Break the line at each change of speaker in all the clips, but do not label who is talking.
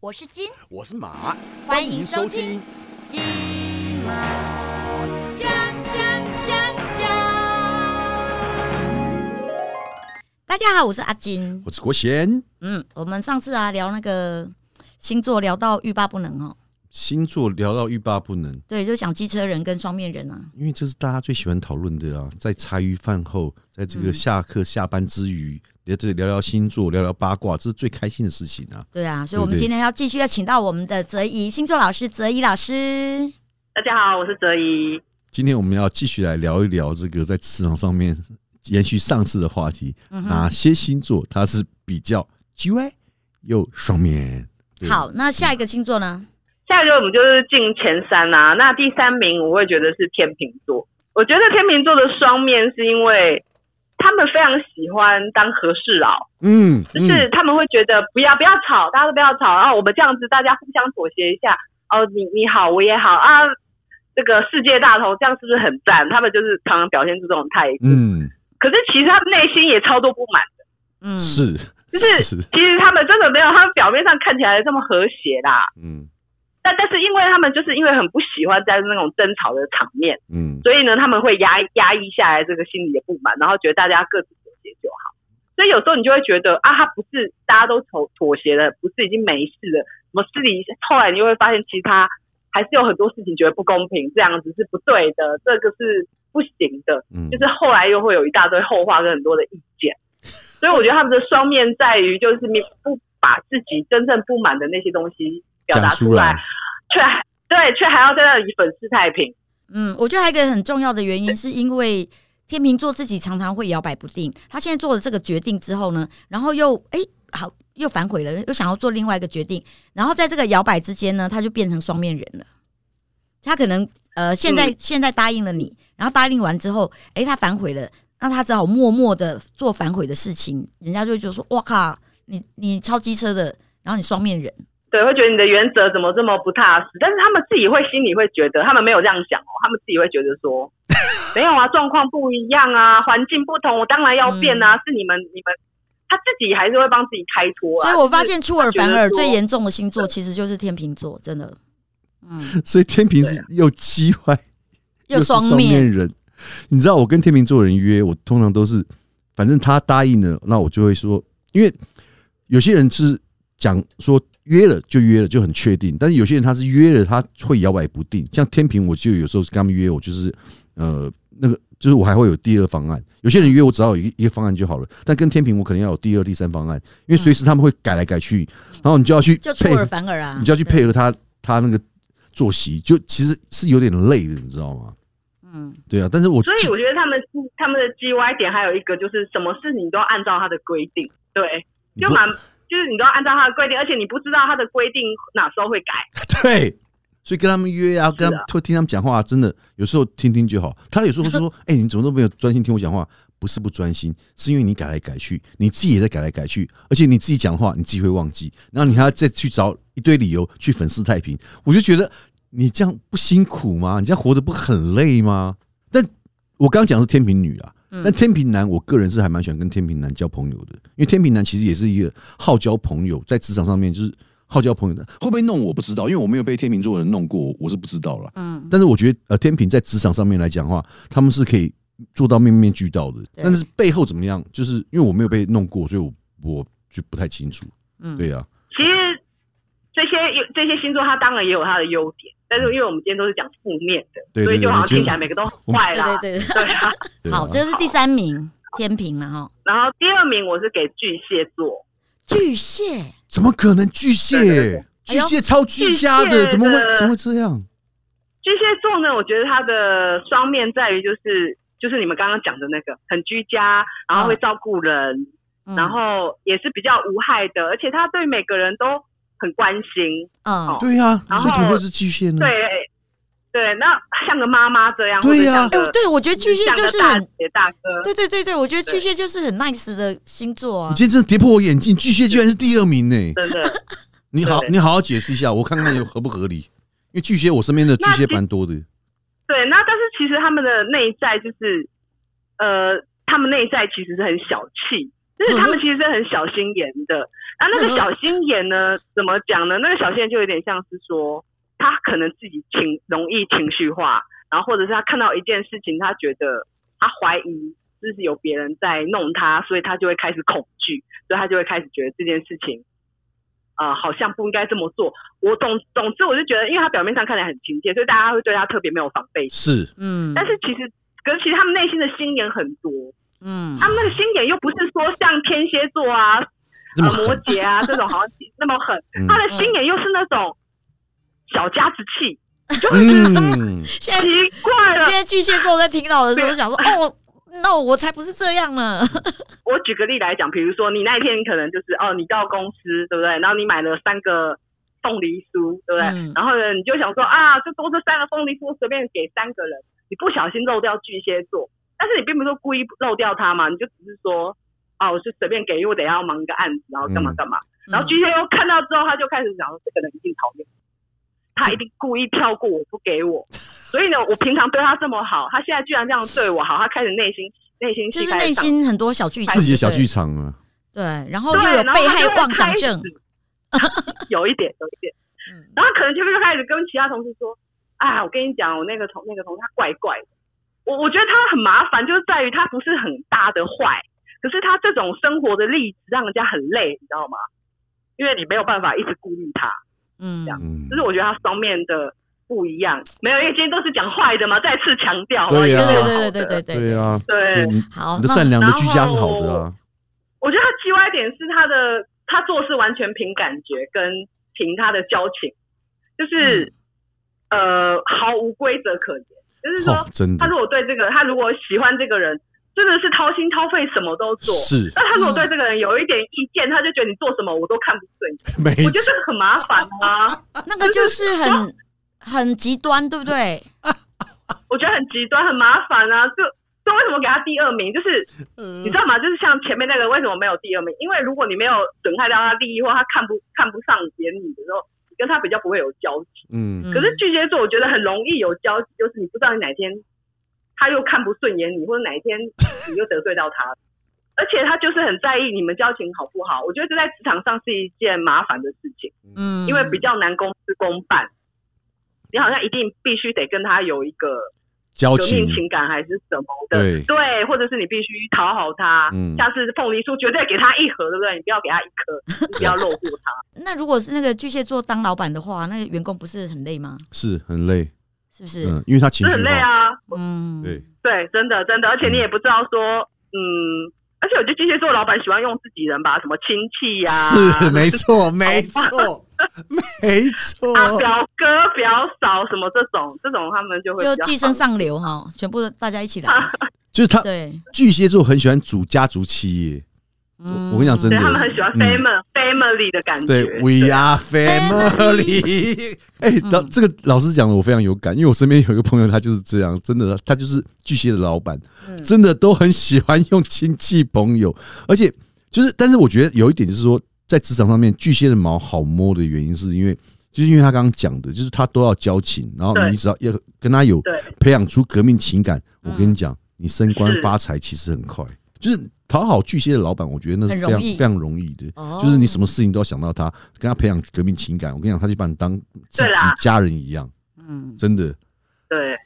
我是金
我是马，
欢迎收听。金毛讲讲讲讲。大家好，我是阿金。
我是国贤，
嗯，我们上次啊聊那个星座，聊到欲罢不能哦。
星座聊到欲罢不能，
对，就讲机车人跟双面人啊。
因为这是大家最喜欢讨论的啊，在茶余饭后，在这
嗯
个下课下班之余，聊这聊聊星座，聊聊八卦，这是最开心的事情啊。
对啊，所以我们
对对
今天要继续要请到我们的泽怡星座老师，泽怡老师。
大家好，我是哲怡。
今天我们要继续来聊一聊这个在职场上面延续上次的话题，
嗯哼，
哪些星座它是比较 G Y 又双面？对
好，，那下一个星座呢？
下一个我们就是进前三啦、那第三名我会觉得是天秤座。我觉得天秤座的双面是因为他们非常喜欢当和事佬，
嗯，
就
嗯
是他们会觉得不要不要吵，大家都不要吵，然后我们这样子大家互相妥协一下。哦，你你好，我也好啊，这个世界大同这样是不是很赞？他们就是常常表现出这种态度。
嗯，
可是其实他们内心也超多不满。
嗯，
是
就是
是，
其实他们真的没有，他们表面上看起来这么和谐啦，
嗯
但但是因为他们就是因为很不喜欢在那种争吵的场面，
嗯，
所以呢，他们会压压抑下来这个心里的不满，然后觉得大家各自妥协就好。所以有时候你就会觉得啊，他不是大家都妥妥协了，不是已经没事了，什么事里后来你就会发现，其实他还是有很多事情觉得不公平，这样子是不对的，这个是不行的。
嗯
就是后来又会有一大堆后话跟很多的意见，所以我觉得他们的双面在于就是你不把自己真正不满的那些东西表达
讲
出
出
来
来，，
却对却还要在那里粉饰太平。
嗯，我觉得还有一个很重要的原因，是因为天秤座自己常常会摇摆不定。他现在做了这个决定之后呢，然后又哎、好又反悔了，又想要做另外一个决定，然后在这个摇摆之间呢，他就变成双面人了。他可能呃现
嗯
在、现在答应了你，然后答应完之后，哎、他反悔了，那他只好默默的做反悔的事情，人家就会觉得说哇靠，你你超机车的，然后你双面人。
对，会觉得你的原则怎么这么不踏实？但是他们自己会心里会觉得，他们没有这样想哦，他们自己会觉 得说，没有啊，状况不一样啊，环境不同，我当然要变
嗯
啊，是你们你们，他自己还是会帮自己开脱
所
啊。
以我发
就是
现出尔反
他觉
尔
得说
最严重的星座其实就是天秤座，真的。嗯，
所以天平是又 G Y
又
是
双
双
面，
人。你知道我跟天秤座人约，我通常都是，反正他答应了，那我就会说，因为有些人是讲说约了就约了就很确定，但是有些人他是约了他会摇摆不定，像天平我就有时候跟他们约，我就是呃那个就是我还会有第二方案，有些人约我只要有一个一个方案就好了，但跟天平我可能要有第二、第三方案，因为随时他们会改来改去，然后你就要去
嗯就出
配合
尔反尔啊！
你就要去
对，
配合他他那个作息，就其实是有点累的，你知道吗？
嗯，
对啊，但是我
所以我觉得他们他们的 G Y 点还有一个就是什么事你都要按照他的规定，对，
你
就
不
蛮就是你都要按照他的规定，而且你不知道他的规定哪时候会改。
对，所以跟他们约啊，跟他们听他们讲话，真的有时候听听就好。他有时候是说：“哎、你怎么都没有专心听我讲话？”不是不专心，是因为你改来改去，你自己也在改来改去，而且你自己讲话你自己会忘记，然后你还要再去找一堆理由去粉饰太平。我就觉得你这样不辛苦吗？你这样活着不很累吗？但我刚讲的是天平女啦，
嗯
但天平男，我个人是还蛮喜欢跟天平男交朋友的，因为天平男其实也是一个好交朋友，在职场上面就是好交朋友的。会不会弄我不知道，因为我没有被天秤座的人弄过，我是不知道啦。
嗯，
但是我觉得，呃，天平在职场上面来讲的话，他们是可以做到面面俱到的。
对
但是背后怎么样，就是因为我没有被弄过，所以我我就不太清楚。
嗯
对啊，
其实这些这些星座，它当然也有它的优点，但是因为我们今天都是讲负面的，
对
所以
对对
就好像
我觉得
听起来每个都很坏啦。
对对对
对啊。
对啊
好，这是第三名天平了哈，
然后第二名我是给巨蟹座，
巨蟹，
怎么可能巨蟹？
哎呦
巨蟹超居家
巨蟹
的，
的
怎么会怎么会这样？
巨蟹座呢，我觉得它的双面在于就是就是你们刚刚讲的那个很居家，然后会照顾人，
嗯
然后也是比较无害的，而且他对每个人都很关心。
嗯
哦，
对呀、
然后
所以怎么会是巨蟹呢？
对对，那像个妈妈这样，
对呀
或
哎
者像，个
对，我觉得巨蟹
像
就
个
是
大
很，
姐大哥，
对对对对，我觉得巨蟹就是很 nice 的星座啊
你。今天真的跌破我眼镜，巨蟹居然是第二名呢、
真的。
你好
对，
你好好解释一下，我看看有合不合理。因为巨蟹，我身边的巨蟹蛮多的。
对，那但是其实他们的内在就是，呃，他们内在其实是很小气，就是他们其实是很小心眼的，啊，那个小心眼呢，怎么讲呢？那个小心眼就有点像是说，他可能自己情容易情绪化，然后或者是他看到一件事情，他觉得他怀疑是不是有别人在弄他，所以他就会开始恐惧，所以他就会开始觉得这件事情。呃，好像不应该这么做。我总总之，我就觉得，因为他表面上看起来很亲切，所以大家会对他特别没有防备心。
是
嗯，
但是其实，可是其实他们内心的心眼很多，
嗯
他们那个心眼又不是说像天蝎座啊、
这么
呃摩
狠，
羯啊这种好像那么狠，
嗯
他的心眼又是那种小家子气，
嗯，
现在
奇怪了
现。在巨蟹座在听到的时候，想说哦，那我才不是这样呢。
我举个例来讲，比如说你那一天你可能就是哦，你到公司对不对？然后你买了三个凤梨酥，对不对？
嗯
然后呢，你就想说啊，就多这三个凤梨酥随便给三个人，你不小心漏掉巨蟹座，但是你并不是说故意漏掉它嘛，你就只是说啊，我就随便给，因为我等一下要忙一个案子，然后干嘛
嗯
干嘛。然后巨蟹座看到之后，他就开始想说，这个人一定讨厌我，他一定故意跳过我不给我。所以呢，我平常对他这么好，他现在居然这样对我好，他开始内心内心戏
就是
开始
内
上
心很多小剧场，
自己的小
对
剧场啊，
对，然后
对
又有
然后
被
他
害
就会
妄想
开始
症，
有一点，有一点。
嗯
然后可能就会开始跟其他同事说：“啊，我跟你讲，我那个同那个同事他怪怪的。我我觉得他很麻烦，就是在于他不是很大的坏，可是他这种生活的例子让人家很累，你知道吗？因为你没有办法一直顾虑他，
嗯，
嗯
啊就，是我觉得他双面的不一样。没有，因为今天都是讲坏的嘛，再次强调。
对呀
对
啊
对对对对哦对
对啊，
对
对，你
好，
你的
那
善良的居家是好的啊，
我觉得他叽歪点是他的他做事完全凭感觉跟凭他的交情，就是、呃毫无规则可言。就是说，
嗯哦，真
他
的
如果对这个他如果喜欢这个人，真的是掏心掏肺，什么都做。
是
那他如果对这个人有一点意见，他就觉得你做什么我都看不顺眼，
没
我觉得
错
这，个很麻烦 啊，
那个就是很很极端，对不对？
我觉得很极端，很麻烦啊。就就为什么给他第二名？就是
嗯
嗯
你知道吗？就是像前面那个为什么没有第二名？因为如果你没有损害到他利益，或他看不看不上眼你的时候，你跟他比较不会有交集。
嗯，
嗯
可是巨蟹座，我觉得很容易有交集，就是你不知道你哪天他又看不顺眼你，或者哪一天你又得罪到他了。而且他就是很在意你们交情好不好，我觉得这在职场上是一件麻烦的事情，
嗯，
因为比较难公事公办。你好像一定必须得跟他有一个
交
革命
情，
情感还是什么的，
对
或者是你必须讨好他。
嗯
下次凤梨酥绝对给他一盒，对不对？你不要给他一颗，你不要漏过他。
嗯那如果是那个巨蟹座当老板的话，那个员工不是很累吗？
是很累，
是不是？
嗯，因为他情
这
绪
很累
化，
啊，
嗯，
对，
对，真的真的，而且你也不知道说，嗯，而且我觉得巨蟹座老板喜欢用自己人吧，什么亲戚呀、
是没 错，没错，没错，
啊表哥表嫂什么这种，这种他们就会
就
比较
寄生
好
上流哈，全部大家一起来，
就是他
对，
巨蟹座很喜欢组家族企业，
嗯
我跟你讲真
对
的
他们很喜欢
嗯
family、family 的感觉。
对，We are family。哎，老这个老师讲的我非常有感，因为我身边有一个朋友，他就是这样，真的，他就是巨蟹的老板，
嗯
真的都很喜欢用亲戚朋友，而且就是，但是我觉得有一点就是说，在职场上面，巨蟹的毛好摸的原因，是因为就是因为他刚刚讲的，就是他都要交情，然后
对
你只要要跟他有
对
培养出革命情感，我
嗯
跟你讲，你升官
是
发财其实很快，就是讨好巨蟹的老板，我觉得那
很
是非
容
常
易
非常容易的。
哦
就是你什么事情都要想到他，跟他培养革命情感。我跟你讲，他就把你当自
对
己
啦
家人一样，
嗯
真的。
对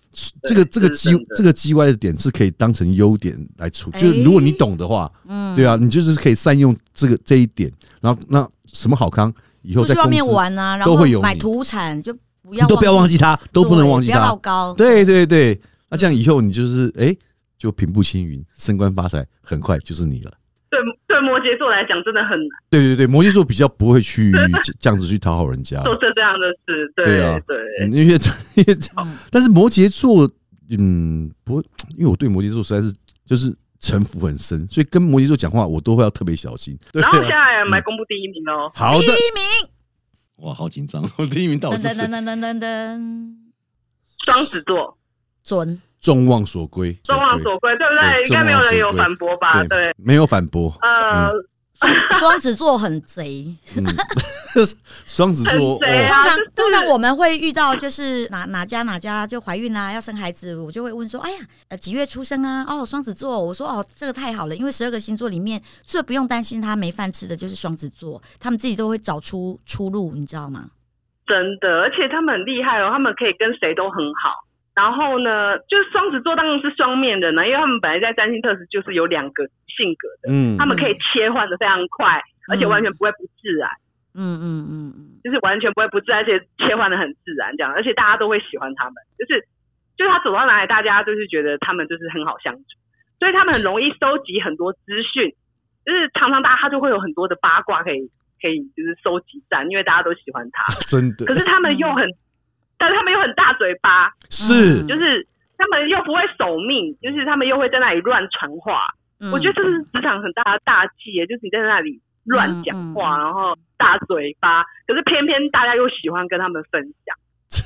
这个这个
是
鸡
真的
这个鸡歪的点是可以当成优点来处，
哎
就是如果你懂的话，
嗯，
对啊，你就是可以善用这个这一点，然后那什么好康，以后
出
在
去外
公司
面玩啊，然
都
后
会有
买
你
土产就不
你
要
都不要忘记他，都不能
对
忘记
不要
他
老。高，
对对对，那这样以后你就是哎，就平步青云，升官发财，很快就是你了。
对对，摩羯座来讲真的很难
对对对，摩羯座比较不会去这样子去讨好人家，
做这这样的事。对
对啊
对哦
嗯因为 因为
嗯
但是摩羯座，嗯，不，因为我对摩羯座实在是就是城府很深，所以跟摩羯座讲话我都会要特别小心。对啊 嗯
然后现在我们来公布第一名哦，
好
第
的，
一名，
哇，好紧张， 我第一名到底
噔
哦是
噔
谁？
噔噔噔噔 噔，
双子座，
准，
众望所归，
众望所归，对不
对
对？应该没有人有
众望所归
反驳吧？
对嗯
对，，
没有反驳，
呃，
双双子座很贼，
双子座，
很
通
哦
贼啊
常
就是
通常我们会遇到就是哪哪家哪家就怀孕啦、要生孩子，我就会问说，哎呀，呃几月出生啊？哦，双子座，我说哦，这个太好了，因为十二个星座里面最不用担心他没饭吃的就是双子座，他们自己都会找出出路，你知道吗？
真的，而且他们很厉害哦，他们可以跟谁都很好。然后呢，就是双子座当然是双面人呢，因为他们本来在占星特质就是有两个性格，
嗯
他们可以切换的非常快，而且完全不会不自然，
嗯嗯嗯嗯，
就是完全不会不自然，而且切换的很自然这样，而且大家都会喜欢他们，就是就是他走到哪里，大家就是觉得他们就是很好相处，所以他们很容易收集很多资讯，就是常常大家他就会有很多的八卦可以可以就是收集站，因为大家都喜欢他。
真的
可是他们又很，但是他们又很大嘴巴，
是
嗯
就是他们又不会守命，就是他们又会在那里乱传话。
嗯
我觉得这是职场很大的大忌耶，就是你在那里乱讲
嗯
话，
嗯
然后大嘴巴，可是偏偏大家又喜欢跟他们分 享，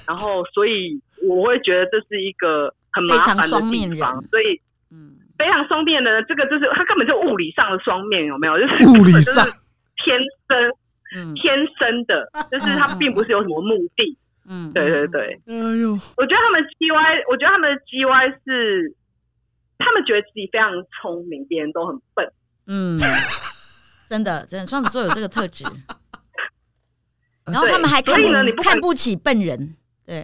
然后所以我会觉得这是一个很麻烦
非常
的
双面
地
人
方，所以。
嗯
非常双面的，这个就是他根本就物理上的双面，有没有？就是
物理上
就是天生
嗯
天生的，就是他并不是有什么目的。
嗯，
对对
嗯，
对，
哎呦，
我觉得他们 G Y，我觉得他们的 G Y 是，他们觉得自己非常聪明，别人都很笨。
嗯，真的真的，双子座有这个特 质，然后他们还
对
看
所以呢你
不
不管
看不起笨人，对，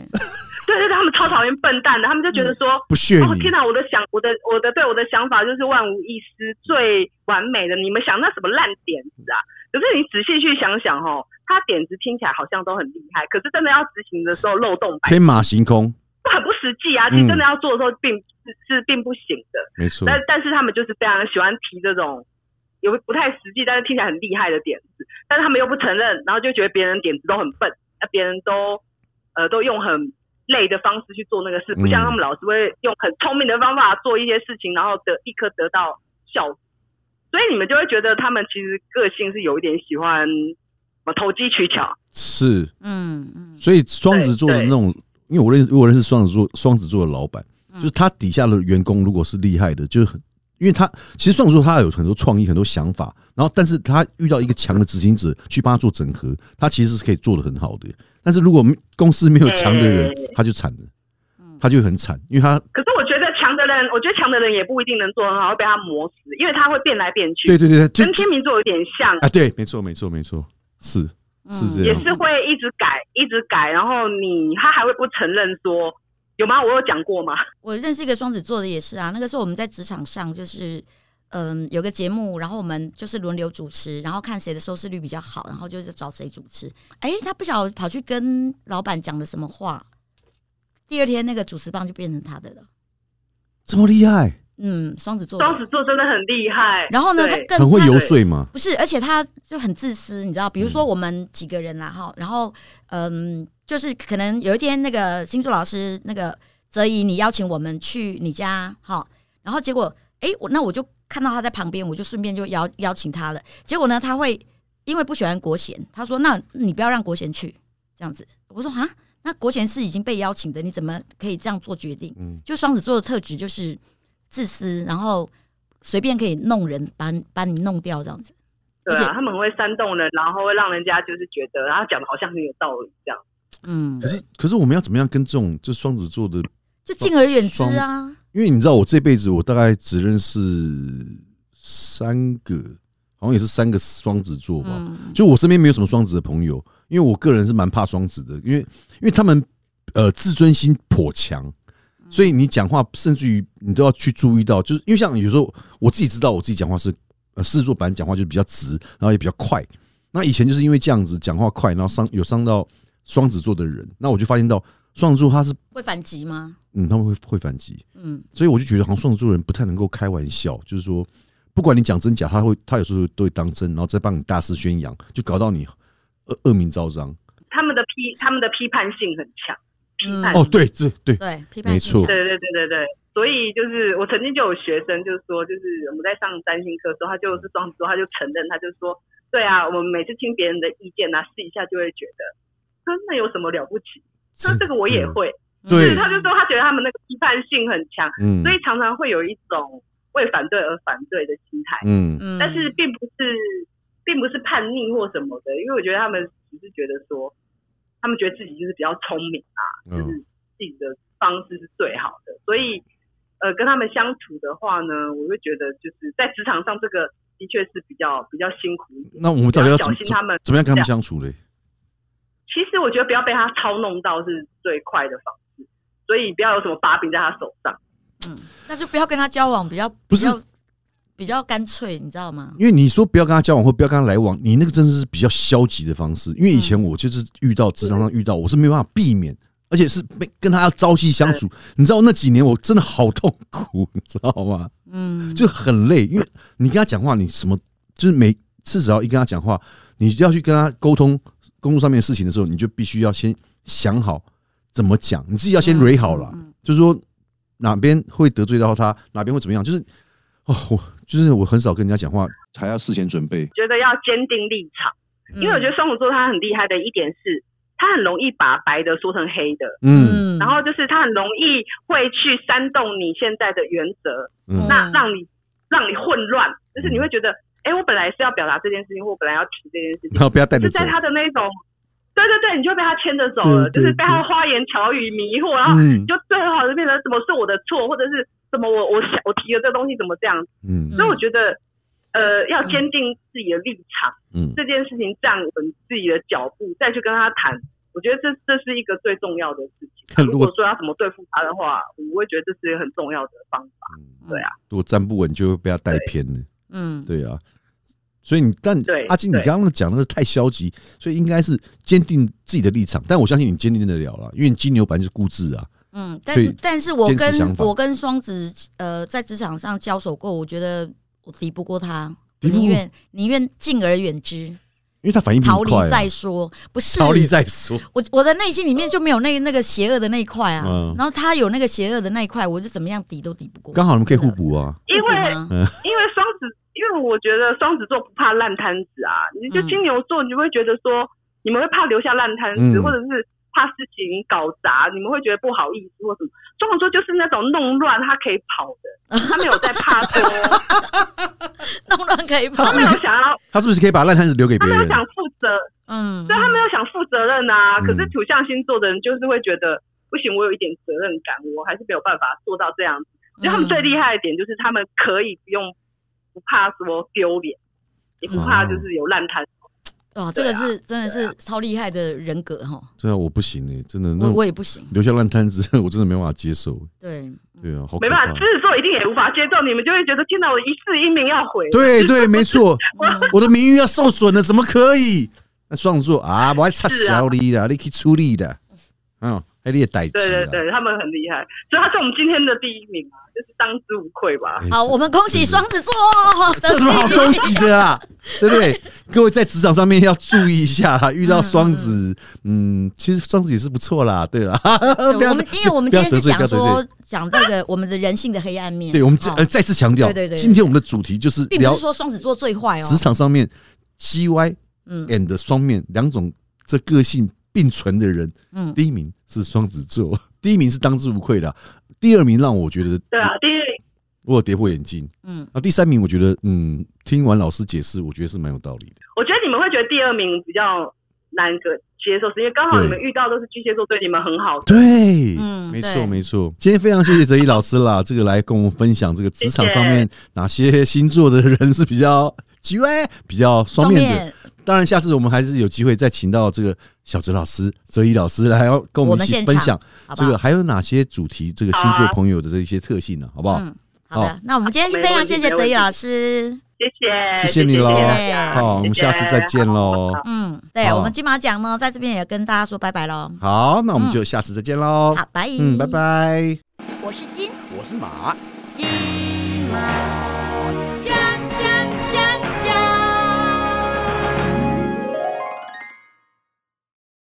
对对对，他们超讨厌笨蛋的，他们就觉得说，
不屑
哦
你
天，哪，我的想，我的我的对我的想法就是万无一失，最完美的。你们想那什么烂点子啊？可是你仔细去想想哦，他点子听起来好像都很厉害，可是真的要执行的时候漏洞百
天马行空，
出，很不实际啊。其实真的要做的时候并，是是并不行的。
没错，
但但是他们就是非常喜欢提这种也不太实际，但是听起来很厉害的点子，但是他们又不承认，然后就觉得别人点子都很笨，那别人都呃都用很累的方式去做那个事，不像
嗯
他们老师会用很聪明的方法做一些事情，然后得立刻得到效果，所以你们就会觉得他们其实个性是有一点喜欢呃投机取巧，
是，
嗯嗯
所以双子座的
对
那
对
种，因为我认识我认识双子座双子座的老板，
嗯
就是他底下的员工如果是厉害的，就是很，因为他其实双子座他有很多创意、很多想法，然后但是他遇到一个强的执行者去帮他做整合，他其实是可以做的很好的。但是如果没公司没有强的人，他就惨了，
嗯，
他就很惨，因为他
可是我觉得强的人，我觉得强的人也不一定能做得很好，会被他磨死，因为他会变来变去，
对对对，就
跟天秤座有点像。
啊对，没错没错没错，是
嗯
是这
也
样
是会一直改，一直改，然后你他还会不承认说有吗？我有讲过吗？
我认识一个双子座的也是啊，那个时候我们在职场上就是。嗯，有个节目，然后我们就是轮流主持，然后看谁的收视率比较好，然后就是找谁主持。哎，他不晓得跑去跟老板讲了什么话，第二天那个主持棒就变成他的了。
这么厉害，
嗯，双子座的
双子座真的很厉害。
然后呢，他
对
更
很会
他
游说嘛，
不是，而且他就很自私，你知道，比如说我们几个人啦，啊哈，然后嗯，就是可能有一天那个星座老师那个泽怡，你邀请我们去你家，哈，然后结果，诶，我那我就看到他在旁边，我就顺便就邀邀请他了。结果呢，他会因为不喜欢国贤，他说：“那你不要让国贤去。”这样子，我说：“啊，那国贤是已经被邀请的，你怎么可以这样做决定？”
嗯，
就双子座的特质就是自私，然后随便可以弄人，把你把你弄掉这样子。
对
而且
啊，他们很会煽动人，然后会让人家就是觉得，然后讲的好像很有道理这样。
嗯
可，是可是我们要怎么样跟这种就双子座的
就敬而远之啊。
因为你知道，我这辈子我大概只认识三个，好像也是三个双子座吧。
嗯，
就我身边没有什么双子的朋友，因为我个人是蛮怕双子的，因为因为他们呃自尊心颇强，所以你讲话甚至于你都要去注意到，就是因为像有时候我自己知道我自己讲话是呃狮子座本来讲话就比较直，然后也比较快。那以前就是因为这样子讲话快，然后伤有伤到双子座的人，那我就发现到双子座他是
会反击吗？
嗯他们会会反击，
嗯
所以我就觉得好像双子座人不太能够开玩笑，就是说，不管你讲真假，他会他有时候都会当真，然后再帮你大肆宣扬，就搞到你恶恶名昭彰。
他们的批，他们的批判性很强，
嗯
批判。
哦，对对对，
对，批判
没
性
错
强
对对对对对。所以就是我曾经就有学生就说，就是我们在上占星课的时候，他就是双子座，他就承认，他就说，对啊，我们每次听别人的意见啊，试一下就会觉得，真的有什么了不起？说这个我也会。
对啊
他就说他觉得他们那个批判性很强，
嗯
所以常常会有一种为反对而反对的心态，
嗯，
嗯
但是并不是并不是叛逆或什么的，因为我觉得他们只是觉得说，他们觉得自己就是比较聪明，
嗯
自己的方式是最好的，所以呃跟他们相处的话呢，我会觉得就是在职场上这个的确是比较比较辛苦一点。
那我们到底要怎么
小心他们
怎么样跟他们相处嘞？
其实我觉得不要被他操弄到是最快的方式，所以不要有什么把柄在他手上。
嗯，那就不要跟他交往，比较
不是
比较比较干脆，你知道吗？
因为你说不要跟他交往或不要跟他来往，你那个真的是比较消极的方式。因为以
嗯
前我就是遇到职场上遇到，我是没有办法避免，而且是没跟他要朝夕相处。你知道那几年我真的好痛苦，你知道吗？
嗯，
就很累，因为你跟他讲话，你什么就是每次只要一跟他讲话，你要去跟他沟通工作上面的事情的时候，哎你就必须要先想好怎么讲，你自己要先蕊好了。
嗯嗯
就是说哪边会得罪到他，哪边会怎么样，就是哦，我就是我很少跟人家讲话，还要事前准备。
觉得要坚定立场，
嗯
因为我觉得双子座他很厉害的一点是，他很容易把白的说成黑的，
嗯
然后就是他很容易会去煽动你现在的原则，
嗯
那让你让你混乱，就是你会觉得，哎、我本来是要表达这件事情，或我本来要提这件事
然
情，
后被他带着
就
走
在。他的那种，对对对，你就被他牵着走了，
对对
就是被他的花言巧语迷惑，然后
嗯
就最后好像变成怎么是我的错，或者是怎么我我想我提的这个东西怎么这样，
嗯
所以我觉得。呃，要坚定自己的立场，
嗯，。
这件事情站稳自己的脚步，再去跟他谈，我觉得这这是一个最重要的事情 啊如果说要怎么对付他的话，我会觉得这是一个很重要的方法。对啊，
如果站不稳就会被他带偏了。
嗯，
对啊，所以你但
对
阿金，你
对
刚刚讲那个太消极，所以应该是坚定自己的立场。但我相信你坚定得了了，因为金牛本来就是固执啊。
嗯，
所以
但但是我
坚持想
跟
法
我跟双子呃在职场上交手过，我觉得我敌不过他，我
敌不
宁
过
愿宁愿敬而远之，
因为他反应比
逃
你
离
快、啊
再，说。不是
逃离再说。
我我的内心里面就没有那那个邪恶的那一块啊，
嗯
然后他有那个邪恶的那一块，我就怎么样抵都抵不过。
刚好你们可以互补啊，
因为
互补吗
因为双子，因为我觉得双子座不怕烂摊子啊，你就
嗯
金牛座，你就会觉得说，你们会怕留下烂摊子，
嗯
或者是怕事情搞砸，你们会觉得不好意思或什么。双子座就是那种弄乱他可以跑的，他没有在怕说，
弄乱可以跑
他，
他
是
没
不
有
是
想要，
他是不是可以把烂摊子留给
他
别
没有
人？
想负责。
嗯，
对他没有想负责任啊。
嗯
可是土象星座的人就是会觉得，不行，我有一点责任感，我还是没有办法做到这样子。我觉得他们最
嗯
厉害的点就是他们可以不用不怕说丢脸，也不
哦
怕就是有烂摊。
哇，这个
啊
是真的是超厉害的人格哈，
真的我不行哎、真的那
我
种
我也不行，
留下烂摊子， 我真的没办法接受。
对，
对啊，好可
没办
怕
法，。狮子座一定也无法接受，你们就会觉得天哪，我一世英名要毁。
对对，没错，
嗯
我的名誉要受损了，怎么可以？那双子座啊，我还差
是啊
小你啦，你去处理的，嗯，还你也逮
对对对，他们很厉害，所以他是我们今天的第一名啊，就是当之无愧吧。
嗯哎
好，我们恭喜双子座，
这有什么好恭喜的啊？ 对不对？各位在职场上面要注意一下啦，遇到双子，嗯，其实双子也是不错啦，对啦， 不
对
要
我们因为我们
不
今
要
天是
得罪，不
讲
要得罪。
说讲这个我们的人性的黑暗面，
对，我们再
哦
呃再次强调，
对对对对
今天我们的主题就是
并不
聊
是说双子座最坏哦，
职场上面 G Y
嗯
and 双面两种这个性并存的人，
嗯
第一名是双子座， 第一名是当之无愧的啊，第二名让我觉得
对啊，第一
我有跌破眼镜，
嗯，
啊，第三名我觉得嗯，听完老师解释，我觉得是蛮有道理的。
我觉得你们会觉得第二名比较难个接受，是因为刚好你们遇到都是巨蟹座，对你们很好的。
对，
嗯
没错
对
没错。今天非常谢谢哲一老师啦，这 个来跟我们分享这个职场上面哪些星座的人是比较奇怪、 比较双面的。当然，下次我们还是有机会再请到这个小哲老师、哲一老师来跟我
我
们
们
一起
现
分
场
享
好不
这
好
个还有哪些主题，这个星
好
座
啊
朋友的这一些特性呢、好不好？
嗯，好的，那我们今天非常谢谢泽一老师，
谢
谢
谢，
谢你喽
谢谢大家
好
好，我们
谢谢
下次再见喽。
嗯，对，
好
我们金马奖呢，在这边也跟大家说拜拜喽，
好，那我们就下次再见喽。嗯
嗯好，拜，
嗯，拜，拜。
我是金
我是马。
金。